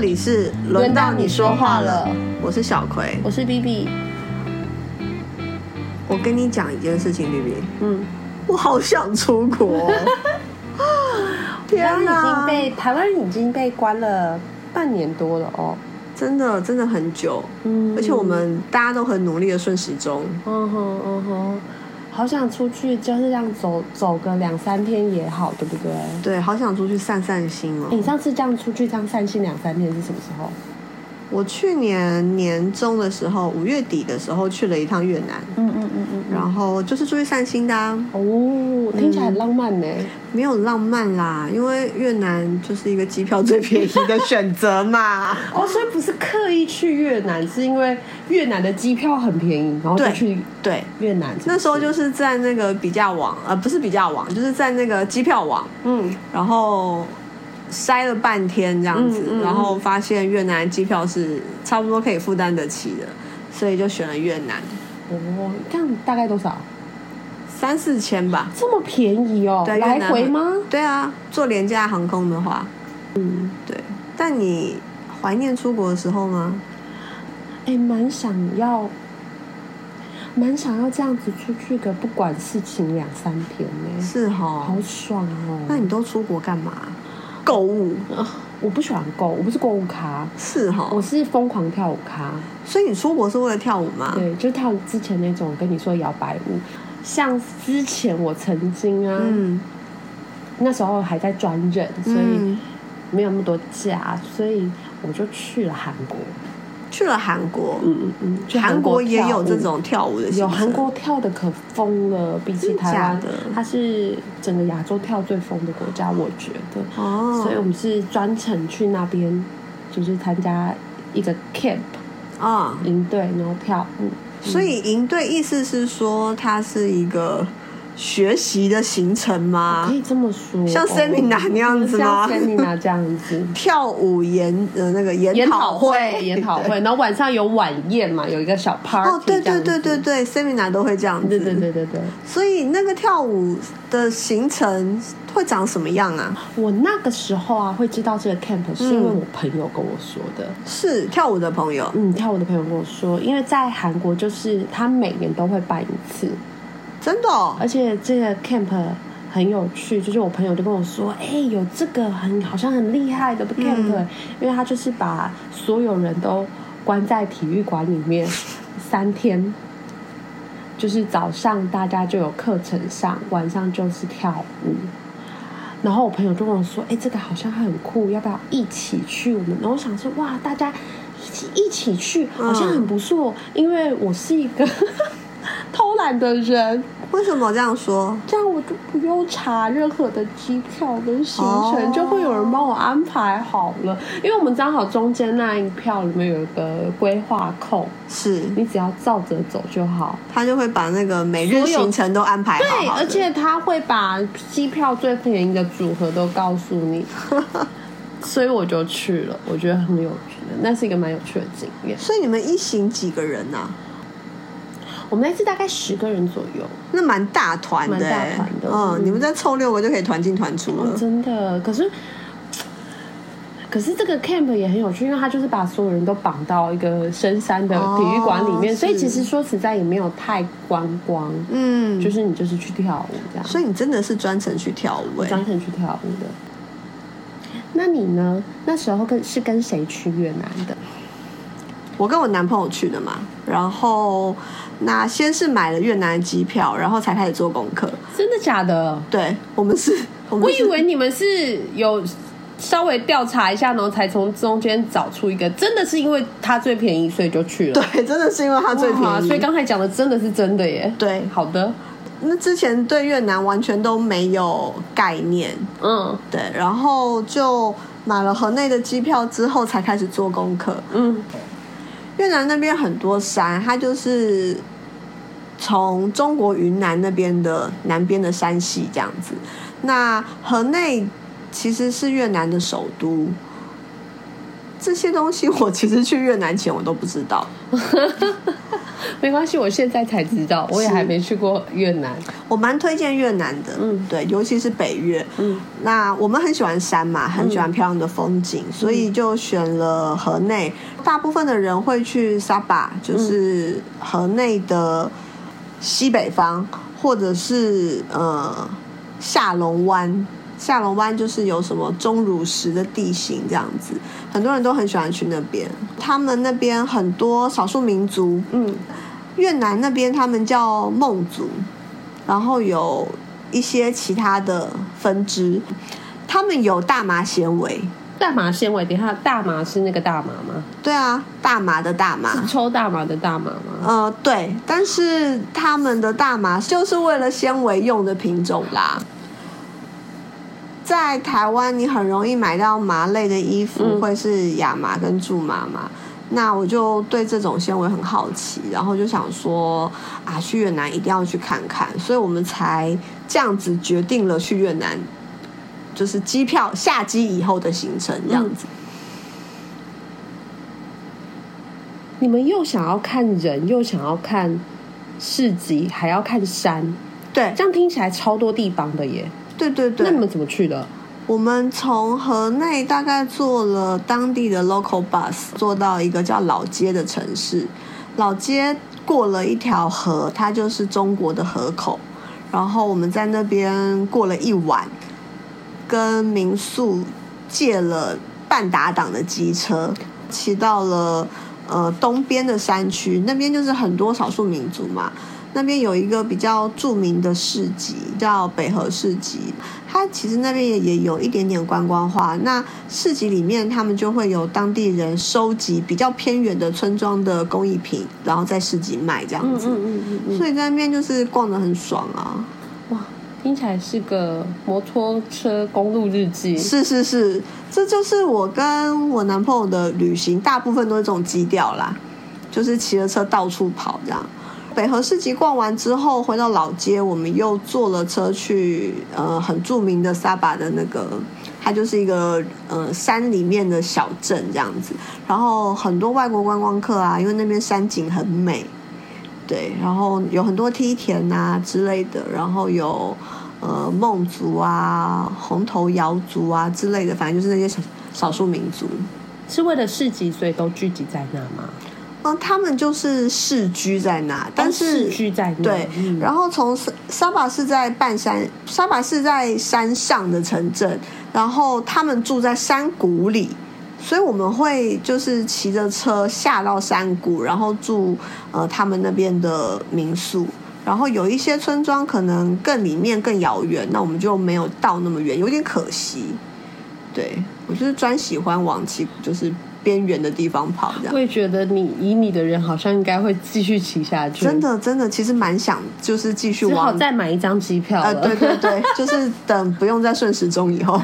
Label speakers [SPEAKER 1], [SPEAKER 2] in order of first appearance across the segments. [SPEAKER 1] 里是轮到你说话了，我是小葵。
[SPEAKER 2] 我是 B B，
[SPEAKER 1] 我跟你讲一件事情，B B，
[SPEAKER 2] 嗯，
[SPEAKER 1] 我好想出国 哦。天
[SPEAKER 2] 台湾已经
[SPEAKER 1] 哪，
[SPEAKER 2] 被台湾已经被关了半年多了哦，
[SPEAKER 1] 真的真的很久，
[SPEAKER 2] 嗯
[SPEAKER 1] 而且我们大家都很努力的顺时钟。
[SPEAKER 2] 嗯哼嗯哼，好想出去，就是这样走走个两三天也好，对不对？
[SPEAKER 1] 对，好想出去散散心
[SPEAKER 2] 诶你
[SPEAKER 1] 哦。
[SPEAKER 2] 上次这样出去这样散心两三天是什么时候？
[SPEAKER 1] 我去年年中的时候，五月底的时候去了一趟越南，
[SPEAKER 2] 嗯嗯嗯嗯，
[SPEAKER 1] 然后就是出去散心的、啊，
[SPEAKER 2] 哦，听起来很浪漫呢。
[SPEAKER 1] 没有浪漫啦，因为越南就是一个机票最便宜的选择 嘛。
[SPEAKER 2] 哦，所以不是刻意去越南，是因为越南的机票很便宜，然后就
[SPEAKER 1] 对
[SPEAKER 2] 去
[SPEAKER 1] 对，
[SPEAKER 2] 越南。是不是
[SPEAKER 1] 那时候就是在那个比价网，呃，不是比价网，就是在那个机票网，
[SPEAKER 2] 嗯，
[SPEAKER 1] 然后筛了半天这样子，
[SPEAKER 2] 嗯嗯嗯
[SPEAKER 1] 然后发现越南机票是差不多可以负担得起的，所以就选了越南，
[SPEAKER 2] 哦，这样大概多少？
[SPEAKER 1] 三四千吧。
[SPEAKER 2] 这么便宜哦，
[SPEAKER 1] 对，越
[SPEAKER 2] 来
[SPEAKER 1] 南
[SPEAKER 2] 回吗？？
[SPEAKER 1] 对啊，坐廉价航空的话，
[SPEAKER 2] 嗯，
[SPEAKER 1] 对。但你怀念出国的时候吗？
[SPEAKER 2] 哎，蛮想要，蛮想要这样子出去个，不管事情两三天呢，
[SPEAKER 1] 是哈。
[SPEAKER 2] 好爽哦。
[SPEAKER 1] 那你都出国干嘛？购物
[SPEAKER 2] 我不喜欢购，我不是购物咖，
[SPEAKER 1] 是哈
[SPEAKER 2] 我，是疯狂跳舞咖。
[SPEAKER 1] 所以你出国是为了跳舞吗？
[SPEAKER 2] 对，就跳之前那种跟你说摇摆舞，像之前我曾经啊，
[SPEAKER 1] 嗯，
[SPEAKER 2] 那时候还在专任，所以
[SPEAKER 1] 嗯
[SPEAKER 2] 没有那么多假，所以我就去了韩国。
[SPEAKER 1] 去了韩国，
[SPEAKER 2] 嗯嗯嗯，
[SPEAKER 1] 韩国也有这
[SPEAKER 2] 种。
[SPEAKER 1] 种跳舞的行程，
[SPEAKER 2] 有韩国跳的可疯了，比起
[SPEAKER 1] 真
[SPEAKER 2] 台
[SPEAKER 1] 假
[SPEAKER 2] 湾
[SPEAKER 1] 的，
[SPEAKER 2] 它是整个亚洲跳最疯的国家，我觉得。
[SPEAKER 1] 哦，
[SPEAKER 2] 所以我们是专程去那边，就是参加一个 camp
[SPEAKER 1] 啊、
[SPEAKER 2] 营队，然后跳舞。
[SPEAKER 1] 所以营队意思是说它是一个学习的行程吗
[SPEAKER 2] 哦可？以这么说，
[SPEAKER 1] 啊像 seminar 那样子吗
[SPEAKER 2] 像 seminar 这样 子。
[SPEAKER 1] 跳舞研呃那个研
[SPEAKER 2] 研讨
[SPEAKER 1] 讨
[SPEAKER 2] 会，研讨
[SPEAKER 1] 对
[SPEAKER 2] 会，然后晚上有晚宴嘛，有一个小 party。
[SPEAKER 1] 哦，对对对对，对，seminar 都会这样子，
[SPEAKER 2] 对对对对对。
[SPEAKER 1] 所以那个跳舞的行程会长什么样啊？
[SPEAKER 2] 我那个时候啊，会知道这个 camp 是因
[SPEAKER 1] 嗯
[SPEAKER 2] 为我朋友跟我说的。
[SPEAKER 1] 是跳舞的朋友，
[SPEAKER 2] 嗯，跳舞的朋友跟我说，因为在韩国就是他每年都会办一次，
[SPEAKER 1] 真的、哦，
[SPEAKER 2] 而且这个 camp 很有趣，就是我朋友就跟我说，哎、有这个很好像很厉害的 camp，、因为他就是把所有人都关在体育馆里面三天。就是早上大家就有课程上，晚上就是跳舞。然后我朋友就跟我说：“哎、这个好像很酷，要不要一起去？”我们然后我想说：“哇，大家一起一起去，好像很不错。因为我是一个 偷懒的人，
[SPEAKER 1] 为什么这样说？
[SPEAKER 2] 这样我就不用查任何的机票跟行程，
[SPEAKER 1] 哦
[SPEAKER 2] 就会有人帮我安排好了。因为我们刚好中间那一票里面有一个规划控，
[SPEAKER 1] 是
[SPEAKER 2] 你只要照着走就好。
[SPEAKER 1] 他就会把那个每日行程都安排好
[SPEAKER 2] 对，
[SPEAKER 1] 好的
[SPEAKER 2] 而且他会把机票最便宜的组合都告诉 你，所以我就去了，我觉得很有趣，那是一个蛮有趣的经验。
[SPEAKER 1] 所以你们一行几个人呐、啊
[SPEAKER 2] 我们那次大概十个人左右，
[SPEAKER 1] 那蛮大团的、欸，
[SPEAKER 2] 蛮大团的
[SPEAKER 1] 嗯，
[SPEAKER 2] 嗯
[SPEAKER 1] 你们再凑六个就可以团进团出了。
[SPEAKER 2] 真的，可是。可是这个 camp 也很有趣，因为他就是把所有人都绑到一个深山的体育馆里面，
[SPEAKER 1] 哦
[SPEAKER 2] 所以
[SPEAKER 1] 是
[SPEAKER 2] 其实说实在也没有太观光，
[SPEAKER 1] 嗯，
[SPEAKER 2] 就是你就是去跳舞这样。
[SPEAKER 1] 所以你真的是专程去跳舞、欸，
[SPEAKER 2] 专程去跳舞的。那你呢？那时候跟是跟谁去越南的？
[SPEAKER 1] 我跟我男朋友去的嘛，然后那先是买了越南的机票，然后才开始做功课。
[SPEAKER 2] 真的假的？
[SPEAKER 1] 对我们是，我们
[SPEAKER 2] 我
[SPEAKER 1] 是
[SPEAKER 2] 以为你们是有稍微调查一下，然后才从中间找出一个，真的是因为它最便宜，所以就去了。
[SPEAKER 1] 对，真的是因为它最便
[SPEAKER 2] 哇
[SPEAKER 1] 宜，
[SPEAKER 2] 所以刚才讲的真的是真的耶。
[SPEAKER 1] 对
[SPEAKER 2] 好的，
[SPEAKER 1] 那之前对越南完全都没有概念，
[SPEAKER 2] 嗯
[SPEAKER 1] 对，然后就买了河内的机票之后才开始做功课。
[SPEAKER 2] 嗯
[SPEAKER 1] 越南那边很多山，它就是从中国云南那边的南边的山系这样子。那河内其实是越南的首都，这些东西我其实去越南前我都不知道。
[SPEAKER 2] 没关系，我现在才知道，我也还没去过越南。
[SPEAKER 1] 我蛮推荐越南的，
[SPEAKER 2] 嗯
[SPEAKER 1] 对，尤其是北越。
[SPEAKER 2] 嗯，
[SPEAKER 1] 那我们很喜欢山嘛，很喜欢漂亮的风景，所以就选了河内。大部分的人会去沙巴，就是河内的西北方，或者是呃下龙湾。下龙湾就是有什么钟乳石的地形这样子，很多人都很喜欢去那边。他们那边很多少数民族，
[SPEAKER 2] 嗯，
[SPEAKER 1] 越南那边他们叫孟族，然后有一些其他的分支，他们有大麻纤维，
[SPEAKER 2] 大麻纤维，等一下，大麻是那个大麻吗？
[SPEAKER 1] 对啊，大麻的大麻
[SPEAKER 2] 是，抽大麻的大麻吗？
[SPEAKER 1] 呃，对，但是他们的大麻就是为了纤维用的品种啦。在台湾，你很容易买到麻类的衣服，
[SPEAKER 2] 嗯
[SPEAKER 1] 会是亚麻跟苎麻嘛？那我就对这种纤维很好奇，然后就想说啊，去越南一定要去看看，所以我们才这样子决定了去越南，就是机票下机以后的行程这样子。
[SPEAKER 2] 你们又想要看人，又想要看市集，还要看山，
[SPEAKER 1] 对
[SPEAKER 2] 这样听起来超多地方的耶。
[SPEAKER 1] 对对对，
[SPEAKER 2] 那你们怎么去的？
[SPEAKER 1] 我们从河内大概坐了当地的 local bus，坐到一个叫老街的城市。老街过了一条河，它就是中国的河口。然后我们在那边过了一晚，跟民宿借了半打档的机车，骑到了呃东边的山区，那边就是很多少数民族嘛。那边有一个比较著名的市集，叫北河市集。它其实那边也也有一点点观光化。那市集里面，他们就会有当地人收集比较偏远的村庄的工艺品，然后在市集卖这样子。
[SPEAKER 2] 嗯嗯
[SPEAKER 1] 所以在那边就是逛的很爽啊！
[SPEAKER 2] 嗯，哇，听起来是个摩托车公路日记。
[SPEAKER 1] 是是是，这就是我跟我男朋友的旅行，大部分都是这种基调啦，就是骑着车到处跑这样。北河市集逛完之后，回到老街，我们又坐了车去呃很著名的沙巴的那个，它就是一个呃山里面的小镇这样子。然后很多外国观光客啊，因为那边山景很美，对，然后有很多梯田啊之类的，然后有呃孟族啊、红头瑶族啊之类的，反正就是那些少少数民族。
[SPEAKER 2] 是为了市集，所以都聚集在那吗？
[SPEAKER 1] 嗯、他们就是世居在那，但是、
[SPEAKER 2] 都市聚在那。
[SPEAKER 1] 对，
[SPEAKER 2] 嗯
[SPEAKER 1] 然后从沙沙巴是在半山，沙巴是在山上的城镇，然后他们住在山谷里，所以我们会就是骑着车下到山谷，然后住呃他们那边的民宿。然后有一些村庄可能更里面更遥远，那我们就没有到那么远，有点可惜。对我就是专喜欢往其就是边缘的地方跑，这样
[SPEAKER 2] 我。也觉得你以你的人，好像应该会继续骑下去。
[SPEAKER 1] 真，的真的，其实蛮想就是继续
[SPEAKER 2] 只好
[SPEAKER 1] 往
[SPEAKER 2] 再买一张机票
[SPEAKER 1] 呃，
[SPEAKER 2] 了。
[SPEAKER 1] 对对 对，就是等不用再顺时钟以后。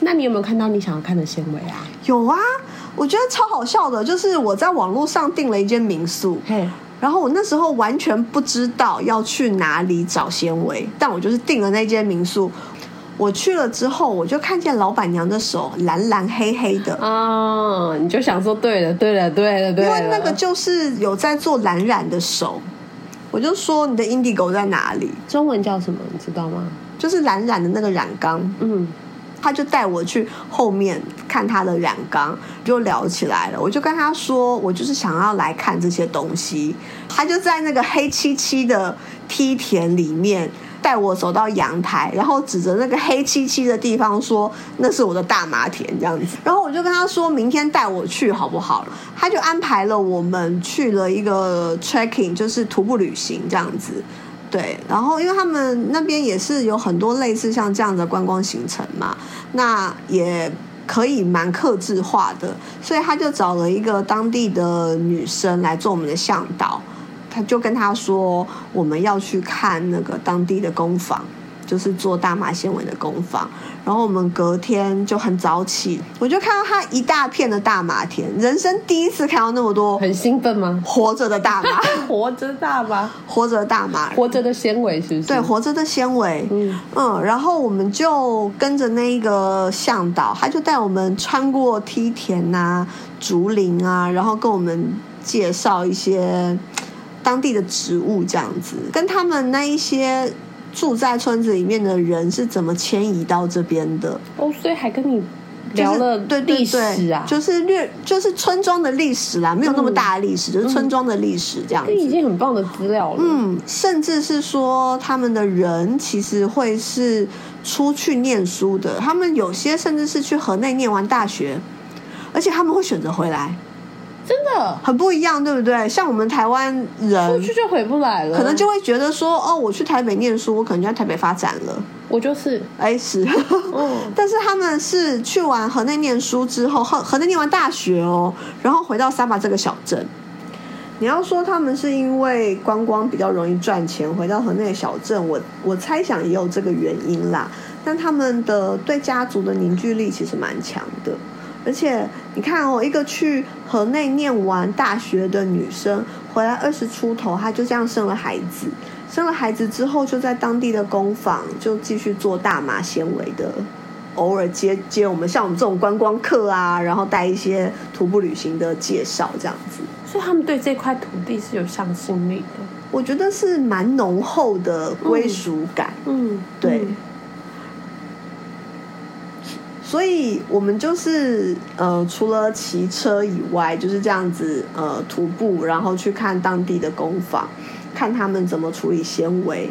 [SPEAKER 2] 那你有没有看到你想要看的纤维啊？
[SPEAKER 1] 有啊，我觉得超好笑的，就是我在网络上订了一间民宿，
[SPEAKER 2] 嘿，
[SPEAKER 1] 然后我那时候完全不知道要去哪里找纤维，但我就是订了那间民宿。我去了之后，我就看见老板娘的手蓝蓝黑黑的，
[SPEAKER 2] 哦，你就想说对了，对了，对了，对啊
[SPEAKER 1] 因
[SPEAKER 2] 了。
[SPEAKER 1] 为那个就是有在做蓝染的手，我就说你的 indigo 在哪里？
[SPEAKER 2] 中文叫什么，你知道吗？
[SPEAKER 1] 就是蓝染的那个染缸。
[SPEAKER 2] 嗯，
[SPEAKER 1] 他就带我去后面看他的染缸，就聊起来了。我就跟他说，我就是想要来看这些东西。他就在那个黑漆漆的梯田里面带我走到阳台，然后指着那个黑漆漆的地方说：“那是我的大麻田。”这样子。然后我就跟他说明天带我去好不好？他就安排了我们去了一个 trekking，就是徒步旅行这样子。对，然后因为他们那边也是有很多类似像这样的观光行程嘛，那也可以蛮克制化的，所以他就找了一个当地的女生来做我们的向导，他就跟他说我们要去看那个当地的工坊，就是做大麻纤维的工坊。然后我们隔天就很早起，我就看到他一大片的大麻田，人生第一次看到那么多
[SPEAKER 2] 很兴奋吗？
[SPEAKER 1] 活着的大麻，
[SPEAKER 2] 活着大麻，
[SPEAKER 1] 活着的大麻，
[SPEAKER 2] 活着的纤维是不是？
[SPEAKER 1] 对，活着的纤维。
[SPEAKER 2] 嗯，
[SPEAKER 1] 嗯，然后我们就跟着那一个向导，他就带我们穿过梯田啊、竹林啊，然后跟我们介绍一些当地的植物，这样子，跟他们那一些住在村子里面的人是怎么迁移到这边的，
[SPEAKER 2] 哦，所以还跟你
[SPEAKER 1] 就是
[SPEAKER 2] 聊了
[SPEAKER 1] 对对
[SPEAKER 2] 历史啊，
[SPEAKER 1] 对
[SPEAKER 2] 嗯
[SPEAKER 1] 就是略就是村庄的历史啦，没有那么大的历史，就是村庄的历史这样子。
[SPEAKER 2] 这已经很棒的资料了。
[SPEAKER 1] 嗯，甚至是说他们的人其实会是出去念书的，他们有些甚至是去河内念完大学，而且他们会选择回来，
[SPEAKER 2] 真的
[SPEAKER 1] 很不一样，对不对？像我们台湾
[SPEAKER 2] 出
[SPEAKER 1] 人
[SPEAKER 2] 去就回不来了，
[SPEAKER 1] 可能就会觉得说，哦，我去台北念书，我可能就在台北发展了，
[SPEAKER 2] 我就是，
[SPEAKER 1] 哎是。
[SPEAKER 2] 嗯，
[SPEAKER 1] 但是他们是去完河内念书之后，河河内念完大学哦，然后回到沙巴这个小镇。你要说他们是因为观光比较容易赚钱，回到河内小镇，我我猜想也有这个原因啦。但他们的对家族的凝聚力其实蛮强的，而且你看哦，一个去河内念完大学的女生，回来二十出头，她就这样生了孩子。生了孩子之后，就在当地的工坊就继续做大麻纤维的，偶尔接接我们像我们这种观光客啊，然后带一些徒步旅行的介绍这样子。
[SPEAKER 2] 所以他们对这块土地是有向心力的，
[SPEAKER 1] 我觉得是蛮浓厚的归属感，
[SPEAKER 2] 嗯，
[SPEAKER 1] 对
[SPEAKER 2] 嗯
[SPEAKER 1] 所以我们就是呃，除了骑车以外，就是这样子呃徒步，然后去看当地的工坊，看他们怎么处理纤维，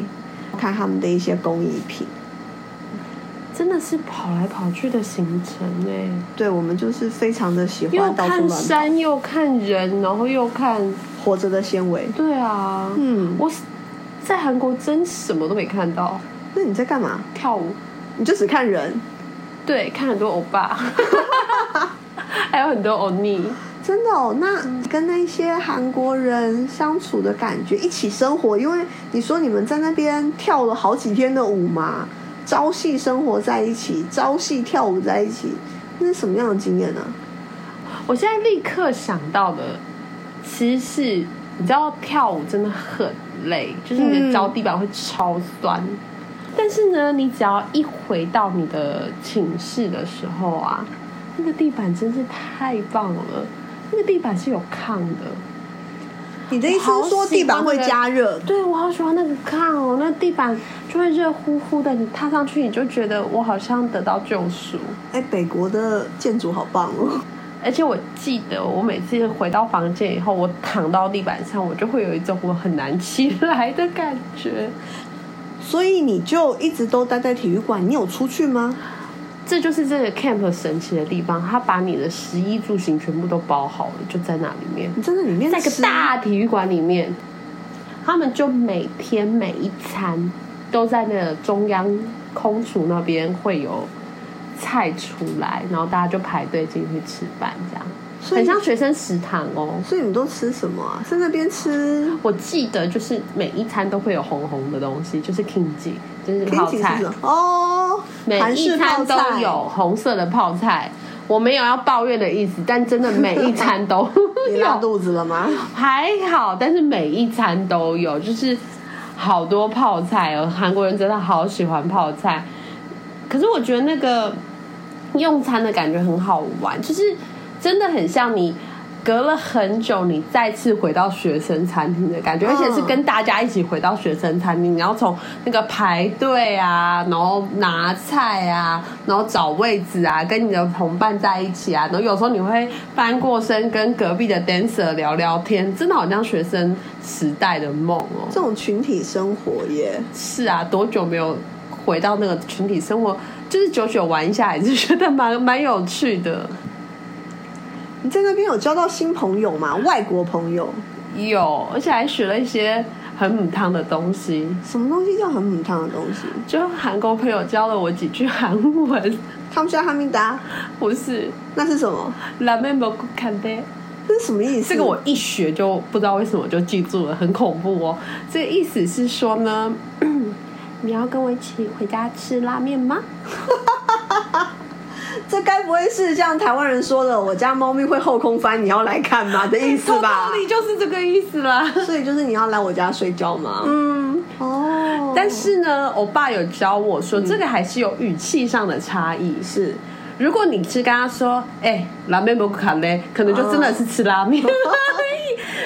[SPEAKER 1] 看他们的一些工艺品。
[SPEAKER 2] 真的是跑来跑去的行程哎，
[SPEAKER 1] 对，我们就是非常的喜
[SPEAKER 2] 又
[SPEAKER 1] 欢到处
[SPEAKER 2] 看
[SPEAKER 1] 乱跑，
[SPEAKER 2] 山又看人，然后又看，
[SPEAKER 1] 活着的纤维。
[SPEAKER 2] 对啊，
[SPEAKER 1] 嗯，
[SPEAKER 2] 我是在韩国真什么都没看到，
[SPEAKER 1] 那你在干嘛？
[SPEAKER 2] 跳舞，
[SPEAKER 1] 你就只看人，
[SPEAKER 2] 对，看很多欧巴， 还有很多欧尼，
[SPEAKER 1] 真的哦。那
[SPEAKER 2] 嗯
[SPEAKER 1] 跟那些韩国人相处的感觉，一起生活，因为你说你们在那边跳了好几天的舞嘛，朝夕生活在一起，朝夕跳舞在一起，那是什么样的经验呢、
[SPEAKER 2] 我现在立刻想到的，其实是你知道跳舞真的很累，就是你的
[SPEAKER 1] 嗯
[SPEAKER 2] 脚底板会超酸。但是呢，你只要一回到你的寝室的时候啊，那个地板真是太棒了，那个地板是有炕的。
[SPEAKER 1] 你的意思是说
[SPEAKER 2] 我好喜欢
[SPEAKER 1] 地板会
[SPEAKER 2] 那个
[SPEAKER 1] 加热？
[SPEAKER 2] 对，我好喜欢那个炕哦，那地板就会热乎乎的，你踏上去你就觉得我好像得到救赎。
[SPEAKER 1] 哎，北国的建筑好棒哦。
[SPEAKER 2] 而且我记得，我每次回到房间以后，我躺到地板上，我就会有一种我很难起来的感觉。
[SPEAKER 1] 所以你就一直都待在体育馆，你有出去吗？
[SPEAKER 2] 这就是这个 camp 神奇的地方，它把你的食衣住行全部都包好了，就在那里面，
[SPEAKER 1] 你在那里面
[SPEAKER 2] 在一个
[SPEAKER 1] 吃
[SPEAKER 2] 大体育馆里面，他们就每天每一餐都在那个中央空厨那边会有菜出来，然后大家就排队进去吃饭，这样
[SPEAKER 1] 所以
[SPEAKER 2] 很像学生食堂哦。
[SPEAKER 1] 所以你们都吃什么啊？在那边吃
[SPEAKER 2] 我记得就是每一餐都会有红红的东西，就是 kimchi，就是泡
[SPEAKER 1] 平
[SPEAKER 2] 菜
[SPEAKER 1] 是什，么？哦，
[SPEAKER 2] 每
[SPEAKER 1] 韩
[SPEAKER 2] 一
[SPEAKER 1] 式泡
[SPEAKER 2] 餐都
[SPEAKER 1] 菜
[SPEAKER 2] 有红色的泡菜。我没有要抱怨的意思，但真的每一 餐都
[SPEAKER 1] 你拉
[SPEAKER 2] 有，
[SPEAKER 1] 肚子了吗？
[SPEAKER 2] 还好，但是每一餐都有，就是好多泡菜哦。韩国人真的好喜欢泡菜，可是我觉得那个用餐的感觉很好玩，就是真的很像你隔了很久，你再次回到学生餐厅的感觉，
[SPEAKER 1] 嗯
[SPEAKER 2] 而且是跟大家一起回到学生餐厅，然后从那个排队啊，然后拿菜啊，然后找位置啊，跟你的同伴在一起啊，然后有时候你会翻过身跟隔壁的 dancer 聊聊天，真的好像学生时代的梦哦、
[SPEAKER 1] 这种群体生活耶，
[SPEAKER 2] 是啊，多久没有回到那个群体生活？就是久久玩一下，也是觉得蛮蛮有趣的。
[SPEAKER 1] 你在那边有交到新朋友吗？外国朋友？
[SPEAKER 2] 有，而且还学了一些很母汤的东西。
[SPEAKER 1] 什么东西叫很母汤的东西？
[SPEAKER 2] 就韩国朋友教了我几句韩文，
[SPEAKER 1] 康加哈密达
[SPEAKER 2] 不是
[SPEAKER 1] 那是什么？
[SPEAKER 2] 拉面먹고간대。
[SPEAKER 1] 那是什么意思？
[SPEAKER 2] 这个我一学就不知道为什么就记住了，很恐怖哦。这个意思是说呢， 你要跟我一起回家吃拉面吗？
[SPEAKER 1] 这该不会是像台湾人说的“我家猫咪会后空翻，你要来看吗”的意思吧？
[SPEAKER 2] 理就是这个意思啦。
[SPEAKER 1] 所以就是你要来我家睡觉吗？
[SPEAKER 2] 嗯，
[SPEAKER 1] 哦，
[SPEAKER 2] 但是呢，我爸有教我说，这个还是有语气上的差异。是，如果你是跟他说，哎、拉面不卡嘞，可能就真的是吃拉面。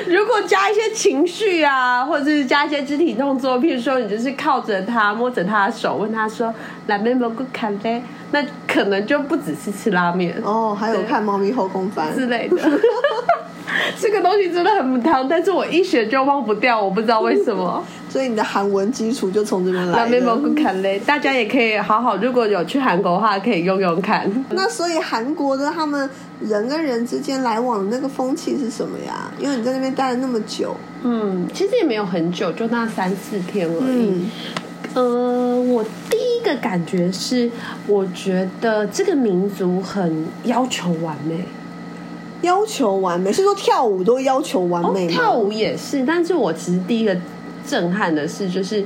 [SPEAKER 2] 如果加一些情绪啊，或者是加一些肢体动作，譬如说你就是靠着他摸着他的手，问他说“拉面不卡嘞”，那可能就不只是吃拉面
[SPEAKER 1] 哦，还有看猫咪后空翻，
[SPEAKER 2] 之类的。 这个东西真的很母汤，但是我一学就忘不掉，我不知道为什么。
[SPEAKER 1] 所以你的韩文基础就从这边
[SPEAKER 2] 拉
[SPEAKER 1] 来
[SPEAKER 2] 面蘑
[SPEAKER 1] 的。
[SPEAKER 2] 菇砍嘞，大家也可以好好，如果有去韩国的话，可以用用看。
[SPEAKER 1] 那所以韩国的他们人跟人之间来往的那个风气是什么呀？因为你在那边待了那么久，
[SPEAKER 2] 嗯，其实也没有很久，就那三四天而已。
[SPEAKER 1] 嗯，
[SPEAKER 2] 呃，我第一个感觉是，我觉得这个民族很要求完美。
[SPEAKER 1] 要求完美，是说跳舞都要求完美
[SPEAKER 2] 哦、
[SPEAKER 1] 吗？
[SPEAKER 2] 跳舞也是，但是我其实第一个震撼的是，就是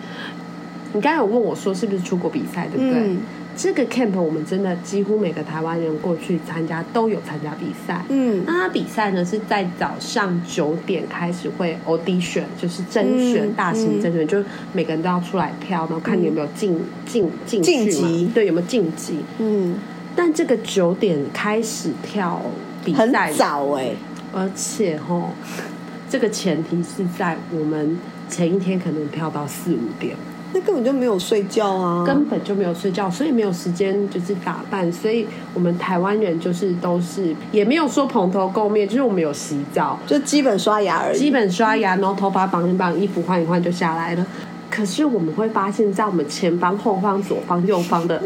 [SPEAKER 2] 你刚才有问我说是不是出国比赛，对不对？
[SPEAKER 1] 嗯
[SPEAKER 2] 这个 camp 我们真的几乎每个台湾人过去参加都有参加比赛。
[SPEAKER 1] 嗯
[SPEAKER 2] 那他比赛呢是在早上九点开始会 audition，就是甄选、
[SPEAKER 1] 嗯
[SPEAKER 2] 大型甄选，就每个人都要出来挑，然后看你有没有进进进去嘛
[SPEAKER 1] 晋级
[SPEAKER 2] 对，有没有晋级。
[SPEAKER 1] 嗯，
[SPEAKER 2] 但这个九点开始跳比
[SPEAKER 1] 很
[SPEAKER 2] 赛，
[SPEAKER 1] 早哎、
[SPEAKER 2] 而且吼， 这个前提是在我们前一天可能跳到四五点，
[SPEAKER 1] 那根本就没有睡觉啊，
[SPEAKER 2] 根本就没有睡觉，所以没有时间就是打扮，所以我们台湾人就是都是也没有说蓬头垢面，就是我们有洗澡，
[SPEAKER 1] 就基本刷牙而已。
[SPEAKER 2] 基本刷牙，然后头发绑一绑，衣服换一换就下来了。可是我们会发现，在我们前方、后方、左方、右方的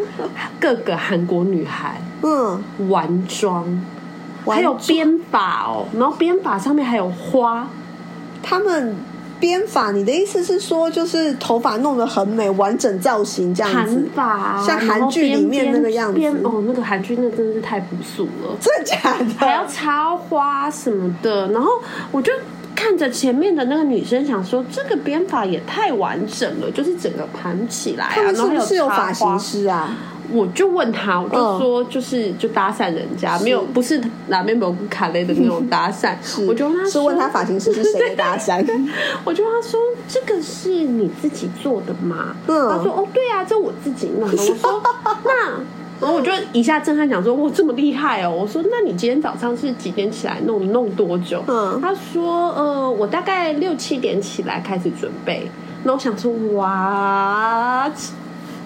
[SPEAKER 2] 各个韩国女孩
[SPEAKER 1] 嗯，
[SPEAKER 2] 完妆，
[SPEAKER 1] 完
[SPEAKER 2] 还有
[SPEAKER 1] 妆
[SPEAKER 2] 编发哦，然后编发上面还有花，
[SPEAKER 1] 他们编法，你的意思是说就是头发弄得很美，完整造型这样
[SPEAKER 2] 韩
[SPEAKER 1] 子？
[SPEAKER 2] 发啊，
[SPEAKER 1] 像韩剧里面那个样子嗯
[SPEAKER 2] 然后编编哦，那个韩剧那真的是太朴素了，
[SPEAKER 1] 真的假的？
[SPEAKER 2] 还要插花什么的。然后我就看着前面的那个女生，想说这个编法也太完整了，就是整个盘起来、啊，
[SPEAKER 1] 他们是
[SPEAKER 2] 然后还
[SPEAKER 1] 不是有
[SPEAKER 2] 插
[SPEAKER 1] 发
[SPEAKER 2] 花
[SPEAKER 1] 型师啊？
[SPEAKER 2] 我就问他，我就
[SPEAKER 1] 嗯
[SPEAKER 2] 说就是就搭讪人家，没有不是哪边某卡雷的那种搭讪，我就问他
[SPEAKER 1] 嗯是
[SPEAKER 2] 说
[SPEAKER 1] 问他发型师是谁的啊搭 讪？
[SPEAKER 2] 我就问他说：“这个是你自己做的吗？”
[SPEAKER 1] 嗯
[SPEAKER 2] 他说：“哦，对啊，这我自己弄的。” 我说：“那。”然后我就一下震撼，讲说：“哇，这么厉害哦！”我说：“那你今天早上是几点起来弄？弄多久？”
[SPEAKER 1] 嗯
[SPEAKER 2] 他说：“呃，我大概六七点起来开始准备。”那我想说：“哇，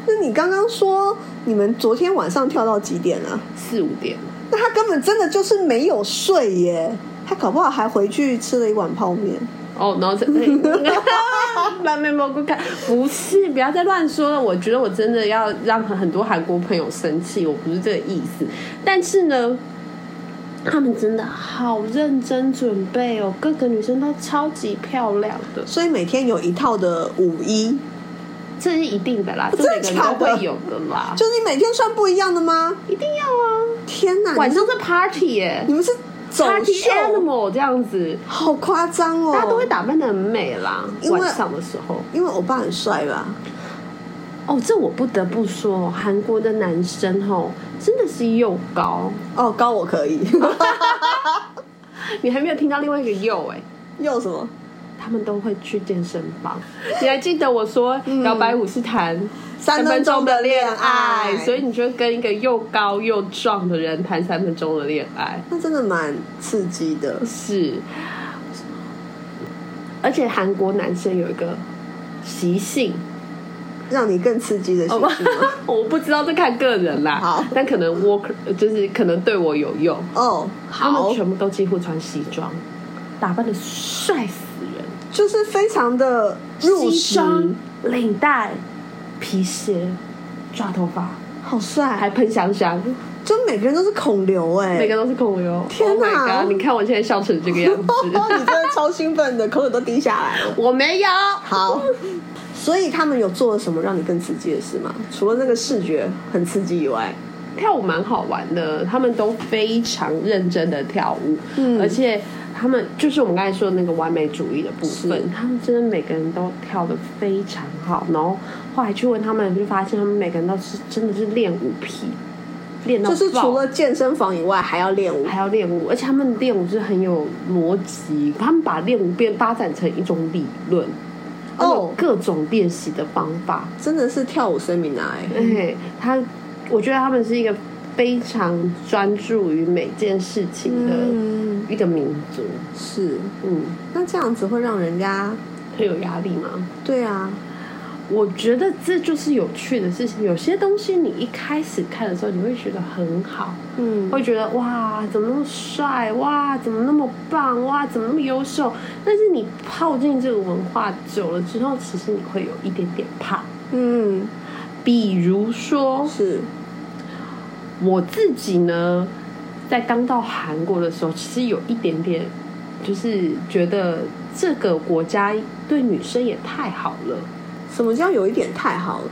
[SPEAKER 1] 那你刚刚说你们昨天晚上跳到几点啊？
[SPEAKER 2] 四五点。”
[SPEAKER 1] 那他根本真的就是没有睡耶，他搞不好还回去吃了一碗泡面。
[SPEAKER 2] 哦，然后再哎 蓝莓蘑菇看，不是，不要再乱说了。我觉得我真的要让很多韩国朋友生气，我不是这个意思。但是呢，他们真的好认真准备哦，各个女生都超级漂亮的，
[SPEAKER 1] 所以每天有一套的舞衣，
[SPEAKER 2] 这是一定的啦，这
[SPEAKER 1] 真的
[SPEAKER 2] 每个人都
[SPEAKER 1] 假的
[SPEAKER 2] 会有的啦，
[SPEAKER 1] 就是你每天穿不一样的吗？
[SPEAKER 2] 一定要啊！
[SPEAKER 1] 天哪，
[SPEAKER 2] 晚上是 party 耶、
[SPEAKER 1] 你们是走
[SPEAKER 2] p a r t y
[SPEAKER 1] 秀，
[SPEAKER 2] animal 这样子，
[SPEAKER 1] 好夸张哦！
[SPEAKER 2] 大家都会打扮的很美啦。
[SPEAKER 1] 因为
[SPEAKER 2] 晚上的时候，
[SPEAKER 1] 因为欧巴很帅吧？
[SPEAKER 2] 哦，这我不得不说，韩国的男生吼真的是又高，
[SPEAKER 1] 哦，高我可以，
[SPEAKER 2] 你还没有听到另外一个又哎、
[SPEAKER 1] 又什么？
[SPEAKER 2] 他们都会去健身 房。你还记得我说摇摆舞是谈
[SPEAKER 1] 嗯三分钟的恋爱
[SPEAKER 2] 所以你就跟一个又高又壮的人谈三分钟的恋爱，
[SPEAKER 1] 那真的蛮刺激的。
[SPEAKER 2] 是。而且韩国男生有一个习性，
[SPEAKER 1] 让你更刺激的事
[SPEAKER 2] 哦
[SPEAKER 1] 情吗？
[SPEAKER 2] 我不知道这看个人啦，
[SPEAKER 1] 好
[SPEAKER 2] 但可能 work 就是可能对我有用。
[SPEAKER 1] 哦，
[SPEAKER 2] 他们
[SPEAKER 1] 好，
[SPEAKER 2] 全部都几乎穿西装，打扮的帅死人，
[SPEAKER 1] 就是非常的入
[SPEAKER 2] 西
[SPEAKER 1] 时，
[SPEAKER 2] 装、领带、皮鞋、抓头发，
[SPEAKER 1] 好
[SPEAKER 2] 还
[SPEAKER 1] 帅，
[SPEAKER 2] 喷香香，
[SPEAKER 1] 就每个人都是孔刘哎、
[SPEAKER 2] 每个都是孔刘。
[SPEAKER 1] 天哪
[SPEAKER 2] Oh my god，你看我现在笑成这个样
[SPEAKER 1] 哦， 你
[SPEAKER 2] 子，
[SPEAKER 1] 真的超兴奋的，口水都滴下来了。
[SPEAKER 2] 我没有。
[SPEAKER 1] 好，所以他们有做了什么让你更刺激的事吗？除了那个视觉很刺激以外，
[SPEAKER 2] 跳舞蛮好玩的，他们都非常认真的跳舞，
[SPEAKER 1] 嗯
[SPEAKER 2] 而且他们就是我们刚才说的那个完美主义的部
[SPEAKER 1] 是
[SPEAKER 2] 分，他们真的每个人都跳的非常好。然后后来去问他们，就发现他们每个人都是真的是练舞皮，练到
[SPEAKER 1] 就是
[SPEAKER 2] 爆
[SPEAKER 1] 除了健身房以外，还要练舞。
[SPEAKER 2] 还要练舞，而且他们练舞是很有逻辑，他们把练舞变发展成一种理论，
[SPEAKER 1] 哦
[SPEAKER 2] 哦，各种练习的方法。
[SPEAKER 1] 真的是跳舞生米拿哎、
[SPEAKER 2] 对他，我觉得他们是一个非常专注于每件事情的
[SPEAKER 1] 嗯，
[SPEAKER 2] 一个民族，
[SPEAKER 1] 是。
[SPEAKER 2] 嗯，
[SPEAKER 1] 那这样子会让人家，
[SPEAKER 2] 很有压力吗？
[SPEAKER 1] 对啊，
[SPEAKER 2] 我觉得这就是有趣的事情。有些东西你一开始看的时候，你会觉得很好，
[SPEAKER 1] 嗯，
[SPEAKER 2] 会觉得哇，怎么那么帅？哇，怎么那么棒？哇，怎么那么优秀？但是你泡进这个文化久了之后，其实你会有一点点怕。
[SPEAKER 1] 嗯，
[SPEAKER 2] 比如说，
[SPEAKER 1] 是，
[SPEAKER 2] 我自己呢，在刚到韩国的时候，其实有一点点，就是觉得这个国家对女生也太好了。
[SPEAKER 1] 什么叫有一点太好了？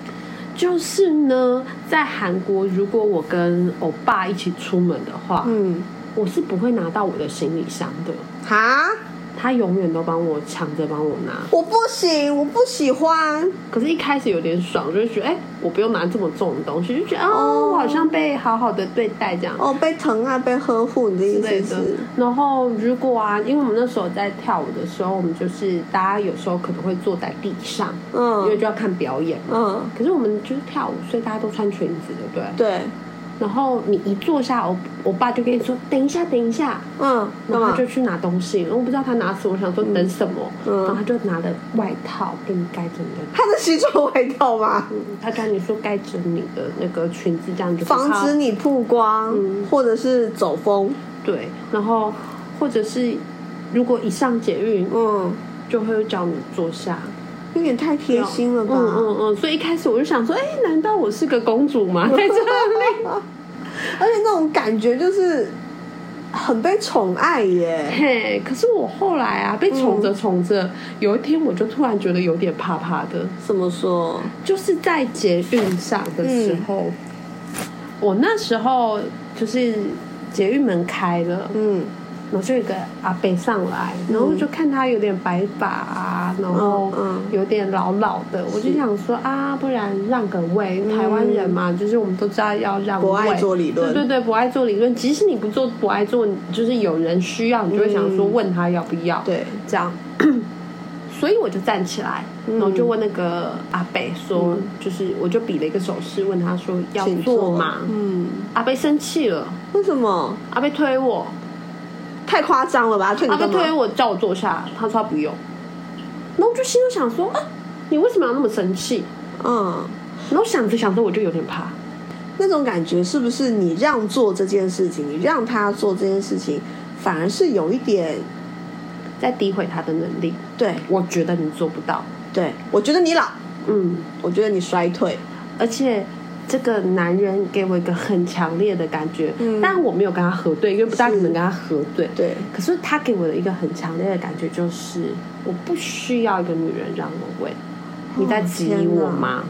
[SPEAKER 2] 就是呢，在韩国，如果我跟欧巴一起出门的话，
[SPEAKER 1] 嗯，
[SPEAKER 2] 我是不会拿到我的行李箱的。
[SPEAKER 1] 哈，
[SPEAKER 2] 他永远都帮我抢着帮我拿，
[SPEAKER 1] 啊我不行，我不喜欢，
[SPEAKER 2] 可是，一开始有点爽，就是觉得，哎、我不用拿这么重的东西，就觉得，
[SPEAKER 1] 哦
[SPEAKER 2] 哦，我好像被好好的对待这样。
[SPEAKER 1] 哦，被疼爱，被呵护，你的
[SPEAKER 2] 之
[SPEAKER 1] 意
[SPEAKER 2] 类
[SPEAKER 1] 思
[SPEAKER 2] 的
[SPEAKER 1] 是，。
[SPEAKER 2] 然后如果啊，因为我们那时候在跳舞的时候，我们就是大家有时候可能会坐在地上，因为
[SPEAKER 1] 嗯
[SPEAKER 2] 就要看表演嘛。
[SPEAKER 1] 嗯，
[SPEAKER 2] 可是我们就是跳舞，所以大家都穿裙子，对不对？
[SPEAKER 1] 对，
[SPEAKER 2] 然后你一坐下，我我爸就跟你说等一下，等一下，
[SPEAKER 1] 嗯，干
[SPEAKER 2] 然后他
[SPEAKER 1] 嘛
[SPEAKER 2] 就？去拿东西，我不知道他拿什么，我想说等什么，
[SPEAKER 1] 嗯
[SPEAKER 2] 然后他就拿了外套给你盖着你的
[SPEAKER 1] 他的西装味道吗？
[SPEAKER 2] 他跟你说盖着你的那个裙子，这样就不
[SPEAKER 1] 防
[SPEAKER 2] 好
[SPEAKER 1] 止你曝光，
[SPEAKER 2] 嗯
[SPEAKER 1] 或者是走风，
[SPEAKER 2] 对，然后或者是如果一上捷运
[SPEAKER 1] 嗯，
[SPEAKER 2] 就会叫你坐下，
[SPEAKER 1] 有点太贴心了吧？
[SPEAKER 2] 嗯 嗯嗯，所以一开始我就想说，哎，难道我是个公主吗？在这里，
[SPEAKER 1] 而且那种感觉就是很被宠爱耶。
[SPEAKER 2] 嘿，可是我后来啊，被宠着宠着，有一天我就突然觉得有点怕怕的，
[SPEAKER 1] 怎么说？
[SPEAKER 2] 就是在捷运上的时候，
[SPEAKER 1] 嗯
[SPEAKER 2] 我那时候就是捷运门开了，
[SPEAKER 1] 嗯，
[SPEAKER 2] 然后就有一个阿伯上来，然后就看他有点白发啊，然后
[SPEAKER 1] 嗯
[SPEAKER 2] 有点老老的，我就想说啊，不然让个位，台湾人嘛，就是我们都知道要让
[SPEAKER 1] 嗯
[SPEAKER 2] 位，
[SPEAKER 1] 不爱做理论
[SPEAKER 2] 对对对，不爱做理论，即使你不做不爱做，就是有人需要，你就会想说
[SPEAKER 1] 嗯
[SPEAKER 2] 问他要不要，
[SPEAKER 1] 对，
[SPEAKER 2] 这样。 所以我就站起来，
[SPEAKER 1] 嗯
[SPEAKER 2] 然后就问那个阿北说，就是我就比了一个手势，问他说要
[SPEAKER 1] 请
[SPEAKER 2] 坐吗？
[SPEAKER 1] 嗯，
[SPEAKER 2] 阿北生气了，
[SPEAKER 1] 为什么？
[SPEAKER 2] 阿北推我，
[SPEAKER 1] 太夸张了吧？退你
[SPEAKER 2] 阿
[SPEAKER 1] 干
[SPEAKER 2] 贝
[SPEAKER 1] 嘛？
[SPEAKER 2] 啊推我叫我坐下，他说他不用。然后我就心里想说，啊，你为什么要那么生气？
[SPEAKER 1] 嗯，
[SPEAKER 2] 然后想着想着我就有点怕，
[SPEAKER 1] 那种感觉是不是你让做这件事情，你让他做这件事情，反而是有一点？
[SPEAKER 2] 在诋毁他的能力。
[SPEAKER 1] 对
[SPEAKER 2] 我觉得你做不到，
[SPEAKER 1] 对，我觉得你老，
[SPEAKER 2] 嗯，
[SPEAKER 1] 我觉得你衰退，
[SPEAKER 2] 而且。这个男人给我一个很强烈的感觉，
[SPEAKER 1] 嗯
[SPEAKER 2] 但我没有跟他核对，因为不大可
[SPEAKER 1] 是
[SPEAKER 2] 能跟他核对。
[SPEAKER 1] 对，
[SPEAKER 2] 可是他给我的一个很强烈的感觉就是，我不需要一个女人让我喂。你
[SPEAKER 1] 哦
[SPEAKER 2] 在质疑我吗？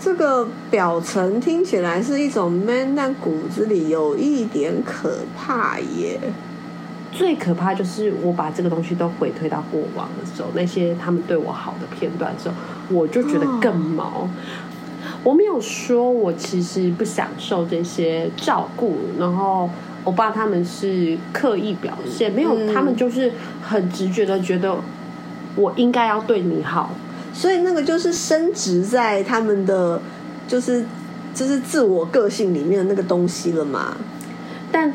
[SPEAKER 1] 这个表层听起来是一种 man，但骨子里有一点可怕耶。
[SPEAKER 2] 最可怕就是我把这个东西都回推到过往的时候，那些他们对我好的片段的时候，我就觉得更毛。我没有说我其实不享受这些照顾，然后我爸他们是刻意表现，没有，
[SPEAKER 1] 嗯
[SPEAKER 2] 他们就是很直觉的觉得我应该要对你好，
[SPEAKER 1] 所以那个就是升值在他们的就是就是自我个性里面的那个东西了嘛。
[SPEAKER 2] 但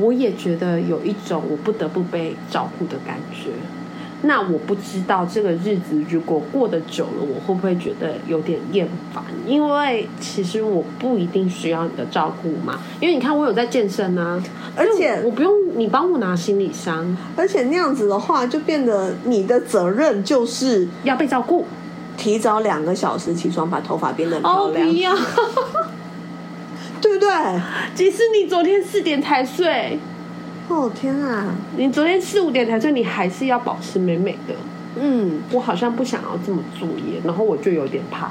[SPEAKER 2] 我也觉得有一种我不得不被照顾的感觉。那我不知道这个日子如果过得久了，我会不会觉得有点厌烦？因为其实我不一定需要你的照顾嘛，因为你看我有在健身啊，
[SPEAKER 1] 而且
[SPEAKER 2] 就我不用你帮我拿行李箱，
[SPEAKER 1] 而且那样子的话，就变得你的责任就是
[SPEAKER 2] 要被照顾。
[SPEAKER 1] 提早两个小时起床，把头发编得很漂
[SPEAKER 2] 哦，不
[SPEAKER 1] 亮，
[SPEAKER 2] 要！
[SPEAKER 1] 对不对？
[SPEAKER 2] 即使你昨天四点才睡，
[SPEAKER 1] 哦天啊，
[SPEAKER 2] 你昨天四五点才睡，你还是要保持美美的。
[SPEAKER 1] 嗯，
[SPEAKER 2] 我好像不想要这么作业，然后我就有点怕。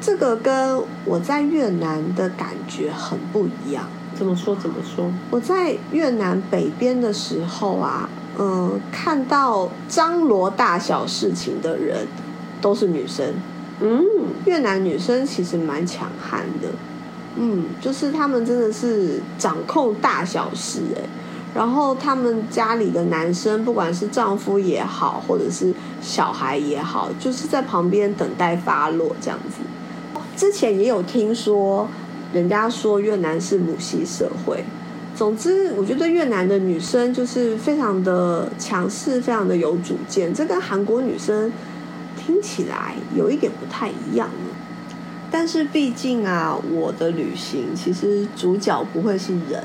[SPEAKER 1] 这个跟我在越南的感觉很不一样。
[SPEAKER 2] 怎么说？怎么说？
[SPEAKER 1] 我在越南北边的时候啊，嗯、看到张罗大小事情的人都是女生。
[SPEAKER 2] 嗯，
[SPEAKER 1] 越南女生其实蛮强悍的，嗯，就是她们真的是掌控大小事哎、然后她们家里的男生，不管是丈夫也好，或者是小孩也好，就是在旁边等待发落这样子。之前也有听说，人家说越南是母系社会。总之，我觉得越南的女生就是非常的强势，非常的有主见，这跟韩国女生听起来有一点不太一样呢。但是毕竟啊，我的旅行其实主角不会是人，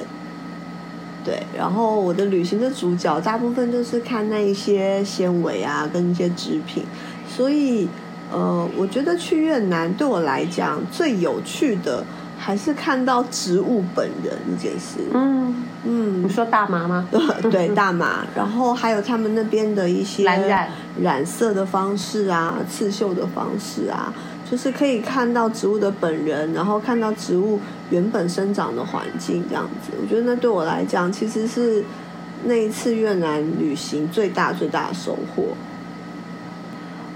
[SPEAKER 1] 对。然后我的旅行的主角大部分就是看那一些纤维啊，跟一些织品，所以呃，我觉得去越南对我来讲最有趣的还是看到植物本人这件事。
[SPEAKER 2] 嗯，
[SPEAKER 1] 嗯
[SPEAKER 2] 你， 说大麻吗？
[SPEAKER 1] 对大麻，然后还有他们那边的一些
[SPEAKER 2] 蓝染
[SPEAKER 1] 染色的方式啊，刺绣的方式啊，就是可以看到植物的本人，然后看到植物原本生长的环境这样子。我觉得那对我来讲，其实是那一次越南旅行最大最大的收获。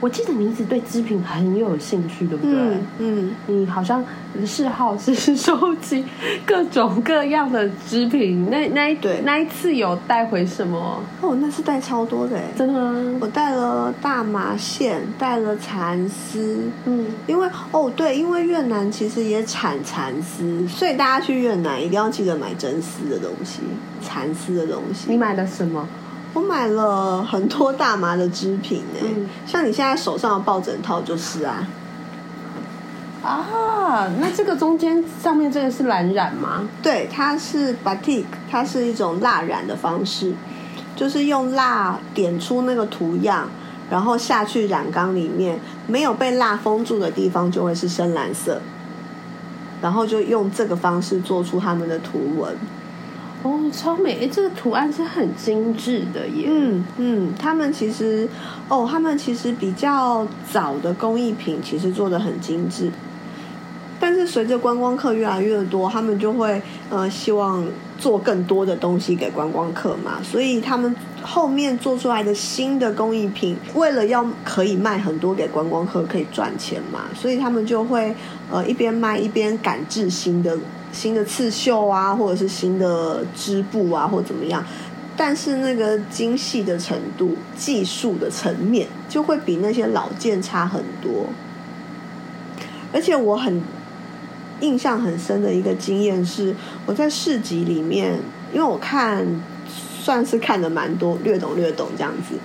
[SPEAKER 2] 我记得你一直对织品很有兴趣，对不对？
[SPEAKER 1] 嗯嗯，
[SPEAKER 2] 你好像嗜好是收集各种各样的织品，那那一
[SPEAKER 1] 对
[SPEAKER 2] 那一次有带回什么？
[SPEAKER 1] 哦，那是带超多的哎，
[SPEAKER 2] 真的啊吗？
[SPEAKER 1] 我带了大麻线，带了蚕丝，
[SPEAKER 2] 嗯，
[SPEAKER 1] 因为哦对，因为越南其实也产蚕丝，所以大家去越南一定要记得买真丝的东西，蚕丝的东
[SPEAKER 2] 你
[SPEAKER 1] 西。
[SPEAKER 2] 买了什么？
[SPEAKER 1] 我买了很多大麻的织品哎、
[SPEAKER 2] 嗯
[SPEAKER 1] 像你现在手上的抱枕套就是啊，
[SPEAKER 2] 啊，那这个中间上面这个是蓝染吗？
[SPEAKER 1] 对，它是 batik，它是一种蜡染的方式，就是用蜡点出那个图样，然后下去染缸里面，没有被蜡封住的地方就会是深蓝色，然后就用这个方式做出他们的图文。
[SPEAKER 2] 哦，超美！哎，这个图案是很精致的耶。
[SPEAKER 1] 嗯嗯，他们其实哦，他们其实比较早的工艺品其实做的很精致，但是随着观光客越来越多，他们就会呃希望做更多的东西给观光客嘛，所以他们后面做出来的新的工艺品，为了要可以卖很多给观光客可以赚钱嘛，所以他们就会呃一边卖一边赶制新的新的刺绣啊，或者是新的织布啊，或怎么样。但是那个精细的程度、技术的层面，就会比那些老件差很多。而且我很印象很深的一个经验是，我在市集里面，因为我看算是看的蛮多，略懂略懂这样子，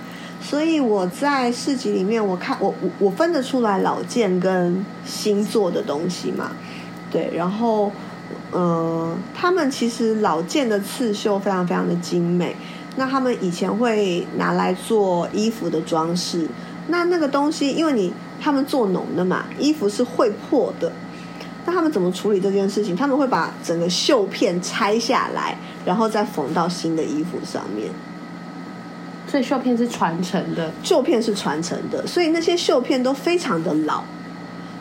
[SPEAKER 1] 所以我在市集里面，我看我我我分得出来老件跟新做的东西嘛，对，然后呃，他们其实老件的刺绣非常非常的精美，那他们以前会拿来做衣服的装饰，那那个东西，因为你他们做农的嘛，衣服是会破的。那他们怎么处理这件事情？他们会把整个绣片拆下来，然后再缝到新的衣服上面。
[SPEAKER 2] 所以绣片是传承的，
[SPEAKER 1] 旧片是传承的，所以那些绣片都非常的老。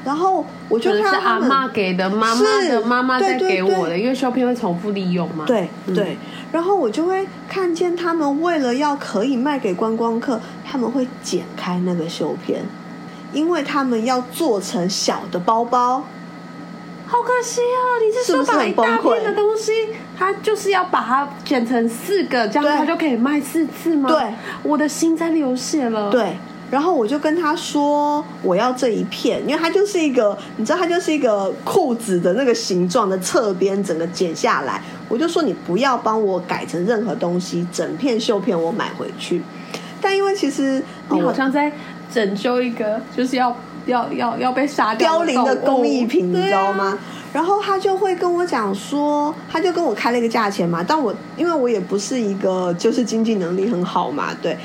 [SPEAKER 1] 然后我就
[SPEAKER 2] 可能
[SPEAKER 1] 看
[SPEAKER 2] 是
[SPEAKER 1] 到他
[SPEAKER 2] 阿
[SPEAKER 1] 们
[SPEAKER 2] 妈给的，妈妈的
[SPEAKER 1] 是
[SPEAKER 2] 妈妈
[SPEAKER 1] 对
[SPEAKER 2] 再
[SPEAKER 1] 对
[SPEAKER 2] 给我的，
[SPEAKER 1] 对
[SPEAKER 2] 因为绣片会重复利用嘛。
[SPEAKER 1] 对
[SPEAKER 2] 嗯
[SPEAKER 1] 对，然后我就会看见他们为了要可以卖给观光客，他们会剪开那个绣片，因为他们要做成小的包包。
[SPEAKER 2] 好可惜哦！你是
[SPEAKER 1] 是
[SPEAKER 2] 说
[SPEAKER 1] 不是
[SPEAKER 2] 把
[SPEAKER 1] 很
[SPEAKER 2] 一大
[SPEAKER 1] 崩
[SPEAKER 2] 片
[SPEAKER 1] 溃
[SPEAKER 2] 的东西，它就是要把它剪成四个，这
[SPEAKER 1] 对
[SPEAKER 2] 样它就可以卖四次吗？
[SPEAKER 1] 对，
[SPEAKER 2] 我的心在流血了。，
[SPEAKER 1] 对，然后我就跟他说我要这一片，因为它就是一个，你知道它就是一个裤子的那个形状的侧边整个剪下来，我就说你不要帮我改成任何东西，整片绣片我买回去。但因为其实呃
[SPEAKER 2] 你好
[SPEAKER 1] 我
[SPEAKER 2] 像在拯救一个，就是要要要要被杀掉
[SPEAKER 1] 凋零的
[SPEAKER 2] 动物
[SPEAKER 1] 工艺品，你
[SPEAKER 2] 对
[SPEAKER 1] 知道
[SPEAKER 2] 啊
[SPEAKER 1] 吗？然后他就会跟我讲说，他就跟我开了一个价钱嘛，但我因为我也不是一个就是经济能力很好嘛，对，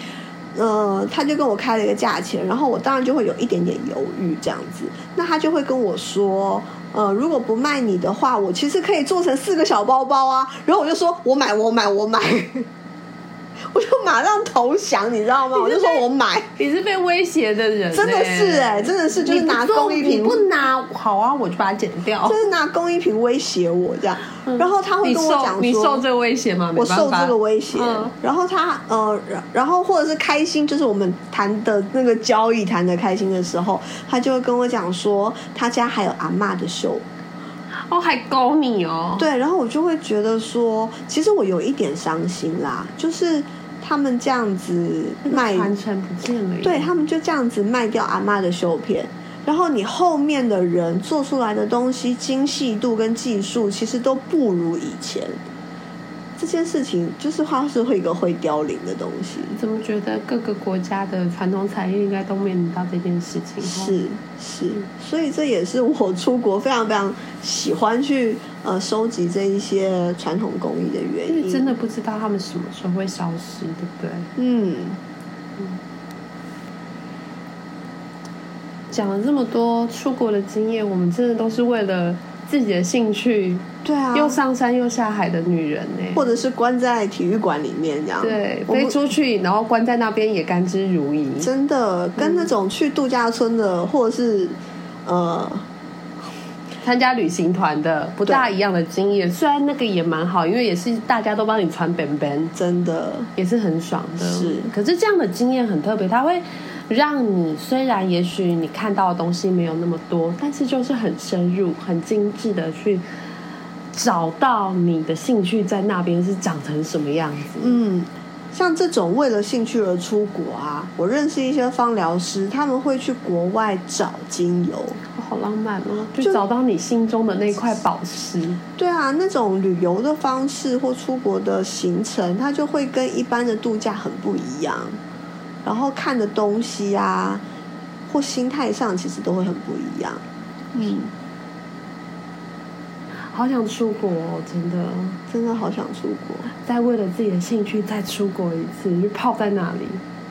[SPEAKER 1] 呃，他就跟我开了一个价钱，然后我当然就会有一点点犹豫这样子，那他就会跟我说。呃，如果不卖你的话，我 其实可以做成四个小包包啊。然后我就说，我买，我买，我买。我就马上投降，你知道吗？我就说我买，
[SPEAKER 2] 你是被威胁的人、欸
[SPEAKER 1] 真的是哎、真的是就是
[SPEAKER 2] 你不
[SPEAKER 1] 拿
[SPEAKER 2] 做
[SPEAKER 1] 工艺
[SPEAKER 2] 你
[SPEAKER 1] 品，
[SPEAKER 2] 不拿好啊，我就把它剪掉
[SPEAKER 1] 就。是拿工艺品威胁我这样，然后他会
[SPEAKER 2] 你
[SPEAKER 1] 跟我讲
[SPEAKER 2] 受
[SPEAKER 1] 说，
[SPEAKER 2] 嗯你受这个威胁吗？没
[SPEAKER 1] 我
[SPEAKER 2] 办
[SPEAKER 1] 受
[SPEAKER 2] 法
[SPEAKER 1] 这个威胁，
[SPEAKER 2] 嗯
[SPEAKER 1] 然后他呃，然然后或者是开心，就是我们谈的那个交易谈的开心的时候，他就会跟我讲说他家还有阿嬷的秀，
[SPEAKER 2] 哦，还勾你哦。
[SPEAKER 1] 对，然后我就会觉得说，其实我有一点伤心啦，就是他们这样子卖，
[SPEAKER 2] 传承不见了耶。
[SPEAKER 1] 对他们就这样子卖掉阿嬷的修片。然后你后面的人做出来的东西精细度跟技术其实都不如以前，这件事情就是它是会一个会凋零的东西。
[SPEAKER 2] 怎么觉得各个国家的传统产业应该都面临到这件事情？
[SPEAKER 1] 是是，所以这也是我出国非常非常喜欢去呃收集这一些传统工艺的原
[SPEAKER 2] 因为
[SPEAKER 1] 因。
[SPEAKER 2] 真的，不知道他们什么时候会消失，对不对？
[SPEAKER 1] 嗯，
[SPEAKER 2] 讲了这么多出国的经验，我们真的都是为了自己的兴趣，
[SPEAKER 1] 对啊，
[SPEAKER 2] 又上山又下海的女人呢、
[SPEAKER 1] 或者是关在体育馆里面这样。
[SPEAKER 2] 对，
[SPEAKER 1] 我
[SPEAKER 2] 飞
[SPEAKER 1] 们
[SPEAKER 2] 出去，然后关在那边也甘之如饴。
[SPEAKER 1] 真的跟那种去度假村的，或者是呃，
[SPEAKER 2] 参加旅行团的不大一样的经验，虽然那个也蛮好，因为也是大家都帮你穿本本，
[SPEAKER 1] 真的
[SPEAKER 2] 也是很爽的。
[SPEAKER 1] 是
[SPEAKER 2] 可是这样的经验很特别，它会让你虽然也许你看到的东西没有那么多，但是就是很深入、很精致的去找到你的兴趣在那边是长成什么样子。
[SPEAKER 1] 嗯，像这种为了兴趣而出国啊，我认识一些芳疗师，他们会去国外找精油。
[SPEAKER 2] 哦好浪漫哦！
[SPEAKER 1] 就
[SPEAKER 2] 就找到你心中的那块宝石，
[SPEAKER 1] 对啊，那种旅游的方式或出国的行程，它就会跟一般的度假很不一样，然后看的东西啊，或心态上其实都会很不一样。嗯，
[SPEAKER 2] 好想出国哦！真的，
[SPEAKER 1] 真的好想出国，
[SPEAKER 2] 再为了自己的兴趣再出国一次，就泡在那里。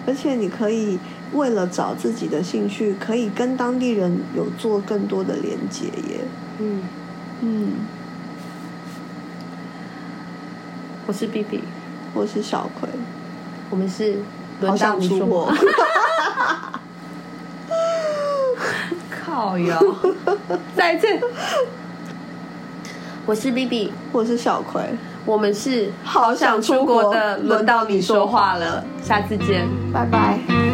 [SPEAKER 1] 而且你可以为了找自己的兴趣，可以跟当地人有做更多的连接耶。
[SPEAKER 2] 嗯，
[SPEAKER 1] 嗯，
[SPEAKER 2] 我是 B B，
[SPEAKER 1] 我是小葵，
[SPEAKER 2] 我们是
[SPEAKER 1] 好
[SPEAKER 2] 轮到
[SPEAKER 1] 想
[SPEAKER 2] 你
[SPEAKER 1] 出
[SPEAKER 2] 说
[SPEAKER 1] 国
[SPEAKER 2] 话。。 靠呀！再一次，我是 B B，
[SPEAKER 1] 我是小葵，
[SPEAKER 2] 我们是
[SPEAKER 1] 好想出国
[SPEAKER 2] 的，轮到你说话了，下次见。
[SPEAKER 1] 拜拜。